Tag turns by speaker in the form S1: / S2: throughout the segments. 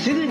S1: 役立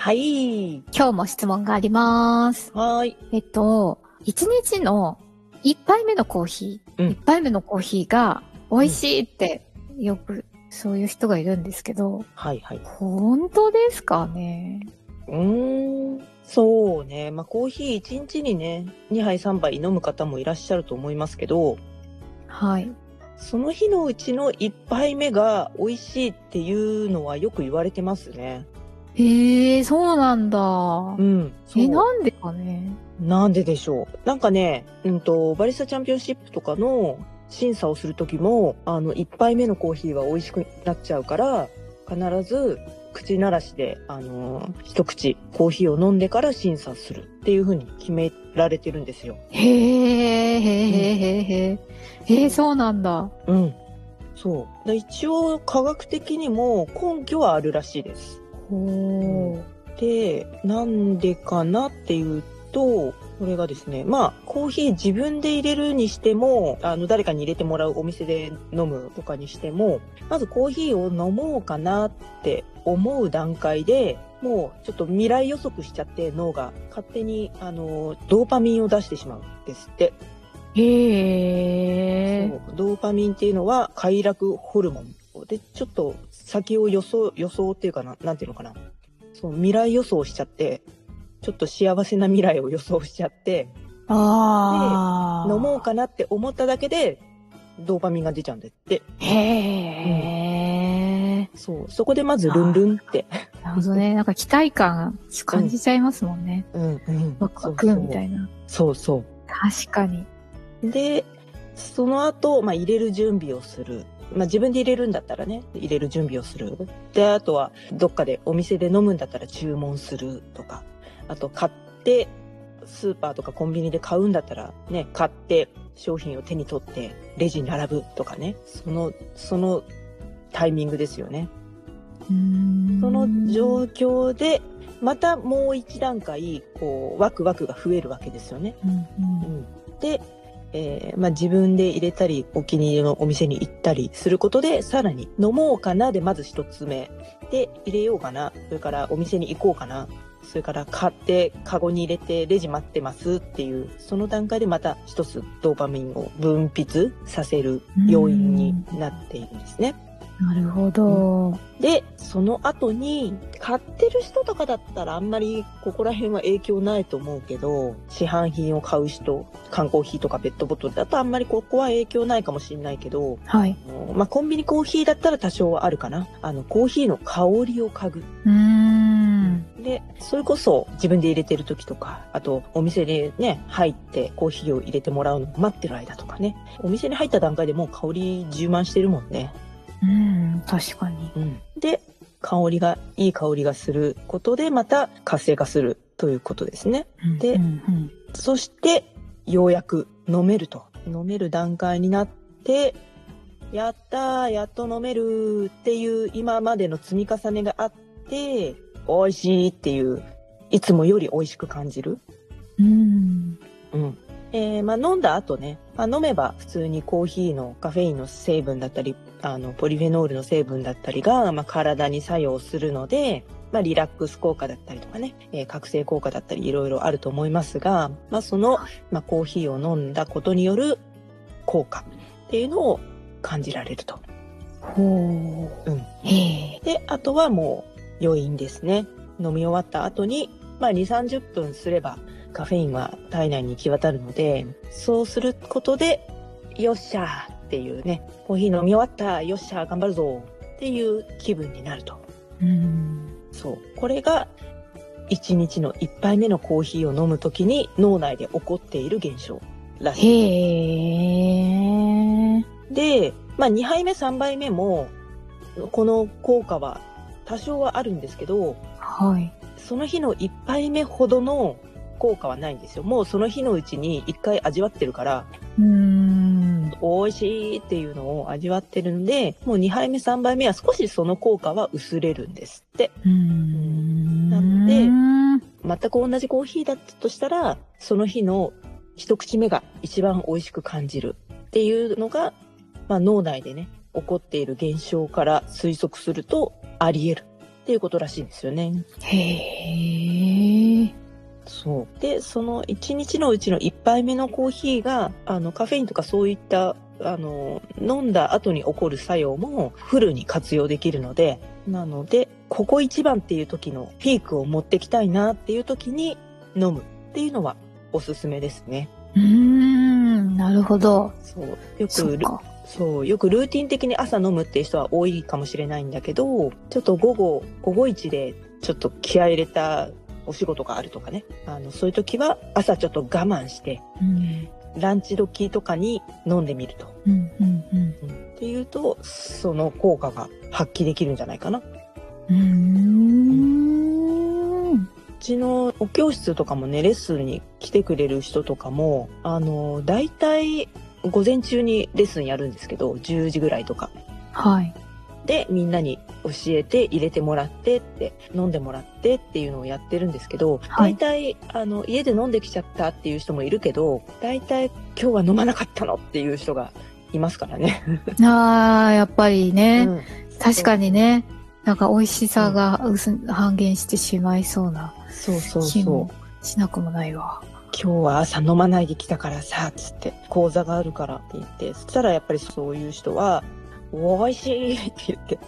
S2: はい。
S3: 日も質問があります。
S2: はーい。
S3: えっと、1日の1杯目のコーヒー、
S2: うん
S3: 1杯目のコーヒーが美味しいってよくそういう人がいるんですけど、
S2: はいはい。
S3: 本当ですかね
S2: うーん。そうね。まあ、コーヒー1日にね、2杯3杯飲む方もいらっしゃると思いますけど、
S3: はい。
S2: その日のうちの1杯目が美味しいっていうのはよく言われてますね。
S3: えー、そうなんだ。
S2: うん。そう
S3: え、なんでかね
S2: なんででしょう。なんかね、うんと、バリスタチャンピオンシップとかの審査をするときも、あの、1杯目のコーヒーは美味しくなっちゃうから、必ず口ならしで、あのー一口コーヒーを飲んでから審査するっていうふうに決められてるんですよ。
S3: へー、へー、へー、へー、へー。えー、そうなんだ。
S2: うん。そう。で一応、科学的にも根拠はあるらしいです。
S3: ほー。
S2: でなんでかなっていうとこれがですねまあコーヒー自分で入れるにしてもあの誰かに入れてもらうお店で飲むとかにしてもまずコーヒーを飲もうかなって思う段階でもうちょっと未来予測しちゃって脳が勝手にあのドーパミンを出してしまうんですって、
S3: へー。
S2: そうドーパミンっていうのは快楽ホルモンでちょっと先を予想予想っていうかななんていうのかなそう未来予想しちゃってちょっと幸せな未来を予想しちゃって
S3: あー。
S2: 飲もうかなって思っただけでドーパミンが出ちゃうんでって
S3: へえ、
S2: そうそこでまずルンルンって
S3: なるほど ね。なんか期待感感じちゃいますもんね。
S2: うんうん
S3: ワクワクみたいな。
S2: そうそう
S3: 確かに。
S2: でその後、まあ入れる準備をする、まあ、自分で入れるんだったらね入れる準備をするであとはどっかでお店で飲むんだったら注文するとかあと買ってスーパーとかコンビニで買うんだったらね買って商品を手に取ってレジに並ぶとかねそのそのタイミングですよね
S3: うーん
S2: その状況でまたもう一段階こうワクワクが増えるわけですよね
S3: うん
S2: で、えーまあ、自分で入れたりお気に入りのお店に行ったりすることでさらに飲もうかなでまず一つ目で入れようかなそれからお店に行こうかなそれから買ってカゴに入れてレジ待ってますっていうその段階でまた一つドーパミンを分泌させる
S3: うん
S2: 要因になっているんですね。
S3: なるほど。
S2: で、その後に、買ってる人とかだったらあんまりここら辺は影響ないと思うけど、市販品を買う人、缶コーヒーとかペットボトルだとあんまりここは影響ないかもしれないけど、
S3: はい。
S2: あのまあ、コンビニコーヒーだったら多少はあるかな。あの、コーヒーの香りを嗅ぐ。
S3: うーん。
S2: で、それこそ自分で入れてる時とか、あとお店でね、入ってコーヒーを入れてもらうのを待ってる間とかね。お店に入った段階でもう香り充満してるもんね。
S3: うん、確かに。
S2: で香りがいい香りがすることでまた活性化するということですねで
S3: うんうん
S2: そしてようやく飲めると飲める段階になってやったーやっと飲めるっていう今までの積み重ねがあって美味しいっていういつもより美味しく感じる
S3: うん。
S2: うん。えーまあ、飲んだ後ね、まあ、飲めば普通にコーヒーのカフェインの成分だったり、あの、ポリフェノールの成分だったりが、まあ、体に作用するので、まあ、リラックス効果だったりとかね、えー覚醒効果だったりいろいろあると思いますが、まあ、その、まあ、コーヒーを飲んだことによる効果っていうのを感じられると。
S3: ほう。
S2: うん
S3: へえ。
S2: で、あとはもう余韻ですね。飲み終わった後に、まあ2、30分すればカフェインは体内に行き渡るので、そうすることで、よっしゃーっていうね、コーヒー飲み終わった、よっしゃ、頑張るぞっていう気分になると。
S4: うん。
S2: そう。これが、1日の1杯目のコーヒーを飲むときに脳内で起こっている現象らしい。
S3: へえ。
S2: で、まあ、2杯目3杯目もこの効果は多少はあるんですけど
S3: はい。
S2: その日の1杯目ほどの効果はないんですよもうその日のうちに1回味わってるから
S3: うーん。
S2: 美味しいっていうのを味わってるんでもう2杯目3杯目は少しその効果は薄れるんですって
S4: うん。
S2: なので
S4: ので、
S2: 全く同じコーヒーだったとしたらその日の一口目が一番美味しく感じるっていうのが、まあ、脳内でね起こっている現象から推測するとあり得るっていうことらしいんですよね。
S3: へえ。
S2: そうでその1日のうちの1杯目のコーヒーがあのカフェインとかそういったあの飲んだ後に起こる作用もフルに活用できるのでなのでここ一番っていう時のピークを持ってきたいなっていう時に飲むっていうのはおすすめですね。
S3: うーん。なるほど。
S2: そうよ
S3: そ
S2: く
S3: っ
S2: ル
S3: か。
S2: そうよくルーティン的に朝飲むっていう人は多いかもしれないんだけどちょっと午後午後一でちょっと気合い入れたお仕事があるとかねあのそういう時は朝ちょっと我慢して
S4: うん。
S2: ランチ時とかに飲んでみると、
S4: うん。うん。
S2: うんっていうとその効果が発揮できるんじゃないかなう
S4: うーん。
S2: ちのお教室とかもねレッスンに来てくれる人とかもあの大体午前中にレッスンやるんですけど10時ぐらいとか
S3: はい。
S2: でみんなに教えて入れてもらってって飲んでもらってっていうのをやってるんですけど、
S3: はい
S2: 大体あの家で飲んできちゃったっていう人もいるけど大体今日は飲まなかったのっていう人がいますからね。
S3: ああ、やっぱりね。
S2: うん
S3: 確かにね。なんか美味しさが薄半減してしまいそうな
S2: そうそうそう
S3: 気もしなくもないわ。
S2: 今日は朝飲まないで来たからさつって講座があるからって言ってそしたらやっぱりそういう人は「おいしい!」って言って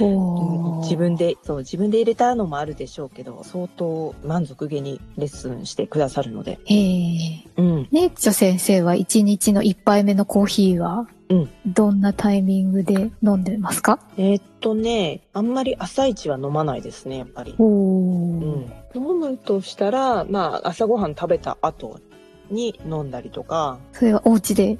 S3: おー
S2: 自分でそう自分で入れたのもあるでしょうけど相当満足げにレッスンしてくださるので。
S3: ええ
S2: うん
S3: ねちょ先生は1日の1杯目のコーヒーは
S2: うん、
S3: どんなタイミングで飲んでますか、
S2: えーっとね、あんまり朝一は飲まないですね、やっぱり。
S3: お
S2: う
S3: ー
S2: ん。飲むとしたら、まあ、朝ごはん食べた後に飲んだりとか、
S3: それはお家で。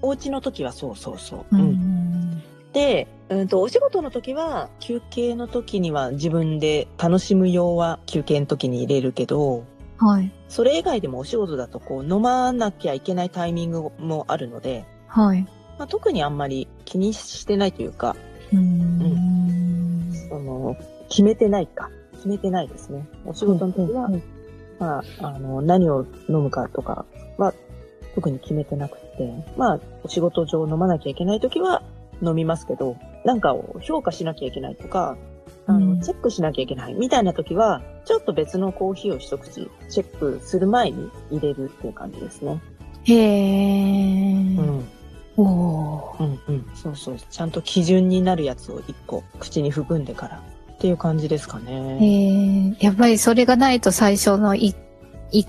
S2: お家の時はそうそうそう。
S3: う
S2: うんん。で、うんと、お仕事の時は、休憩の時には自分で楽しむ用は休憩の時に入れるけど、
S3: はい。
S2: それ以外でもお仕事だとこう飲まなきゃいけないタイミングもあるので、
S3: はい。
S2: まあ、特にあんまり気にしてないというか、
S3: う。
S2: うんその、決めてないか。決めてないですね。お仕事の時は、
S3: はい
S2: まあ、あの、何を飲むかとかは、特に決めてなくて、まあ、お仕事上飲まなきゃいけない時は飲みますけど、なんかを評価しなきゃいけないとか、あ
S3: うん
S2: の、チェックしなきゃいけないみたいな時は、ちょっと別のコーヒーを一口チェックする前に入れるっていう感じですね。
S3: へえ、
S2: うん。
S3: おー
S2: うんうん。そうそう。ちゃんと基準になるやつを一個口に含んでからっていう感じですかね。
S3: えー、やっぱりそれがないと最初の1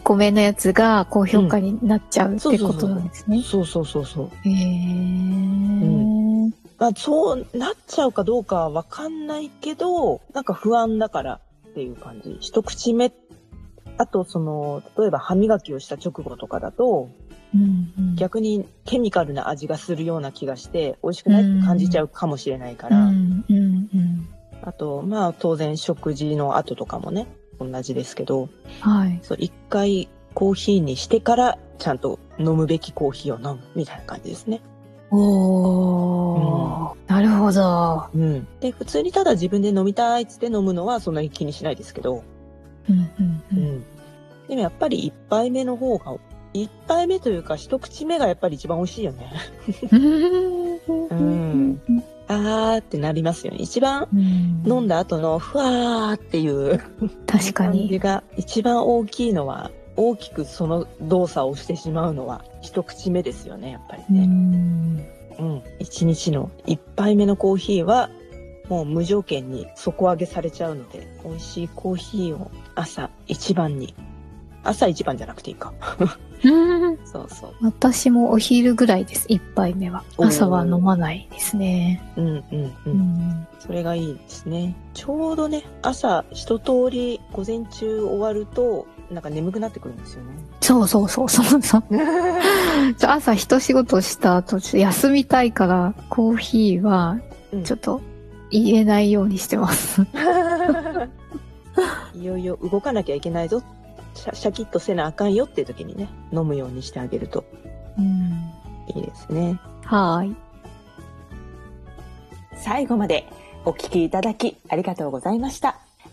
S3: 個目のやつが高評価になっちゃうってことなんですね。
S2: そうそうそうそう。
S3: へー
S2: まあ、そうなっちゃうかどうかはわかんないけど、なんか不安だからっていう感じ。一口目、あとその、例えば歯磨きをした直後とかだと、
S3: うんうん
S2: 逆にケミカルな味がするような気がして、美味しくないって感じちゃうかもしれないか
S3: う
S2: ら、
S3: んうんうん
S2: あと、まあ当然食事の後とかもね、同じですけど、
S3: はい。
S2: そう、一回コーヒーにしてから、ちゃんと飲むべきコーヒーを飲むみたいな感じですね。
S3: おー、なるほど。
S2: うん。で、普通にただ自分で飲みたいっつって飲むのはそんなに気にしないですけど、
S3: うんうんうん
S2: うん。でもやっぱり1杯目の方が、1杯目というか一口目がやっぱり一番美味しいよね。
S3: うん
S2: あーってなりますよね。一番飲
S3: 飲
S2: んだ後のふわーっていう
S3: 確か
S2: 感
S3: に
S2: じが一番大きいのは、大きくその動作をしてしまうのは一口目ですよね、やっぱり
S3: う
S2: ね。
S3: ん
S2: うん。1日の1杯目のコーヒーは、もう無条件に底上げされちゃうので、美味しいコーヒーを朝一番に、朝一番じゃなくていいか。そうそう。
S3: 私もお昼ぐらいです、一杯目は。
S2: おー
S3: 朝は飲まないですね。
S2: うんうんう。
S3: うんん。
S2: それがいいですね。ちょうどね、朝一通り午前中終わると、なんか眠くなってくるんですよ ね。
S3: そうそうそうそう そう。ちょ朝一仕事した後、ちょっと休みたいから、コーヒーは
S2: うん
S3: ちょっと入れないようにしてます。
S2: いよいよ動かなきゃいけないぞ。シャシャキッとせなあかんよっていう時にね、飲むようにしてあげると
S3: うん、
S2: いいですね。
S3: はーい。
S1: 最後までお聞きいただきありがとうございました。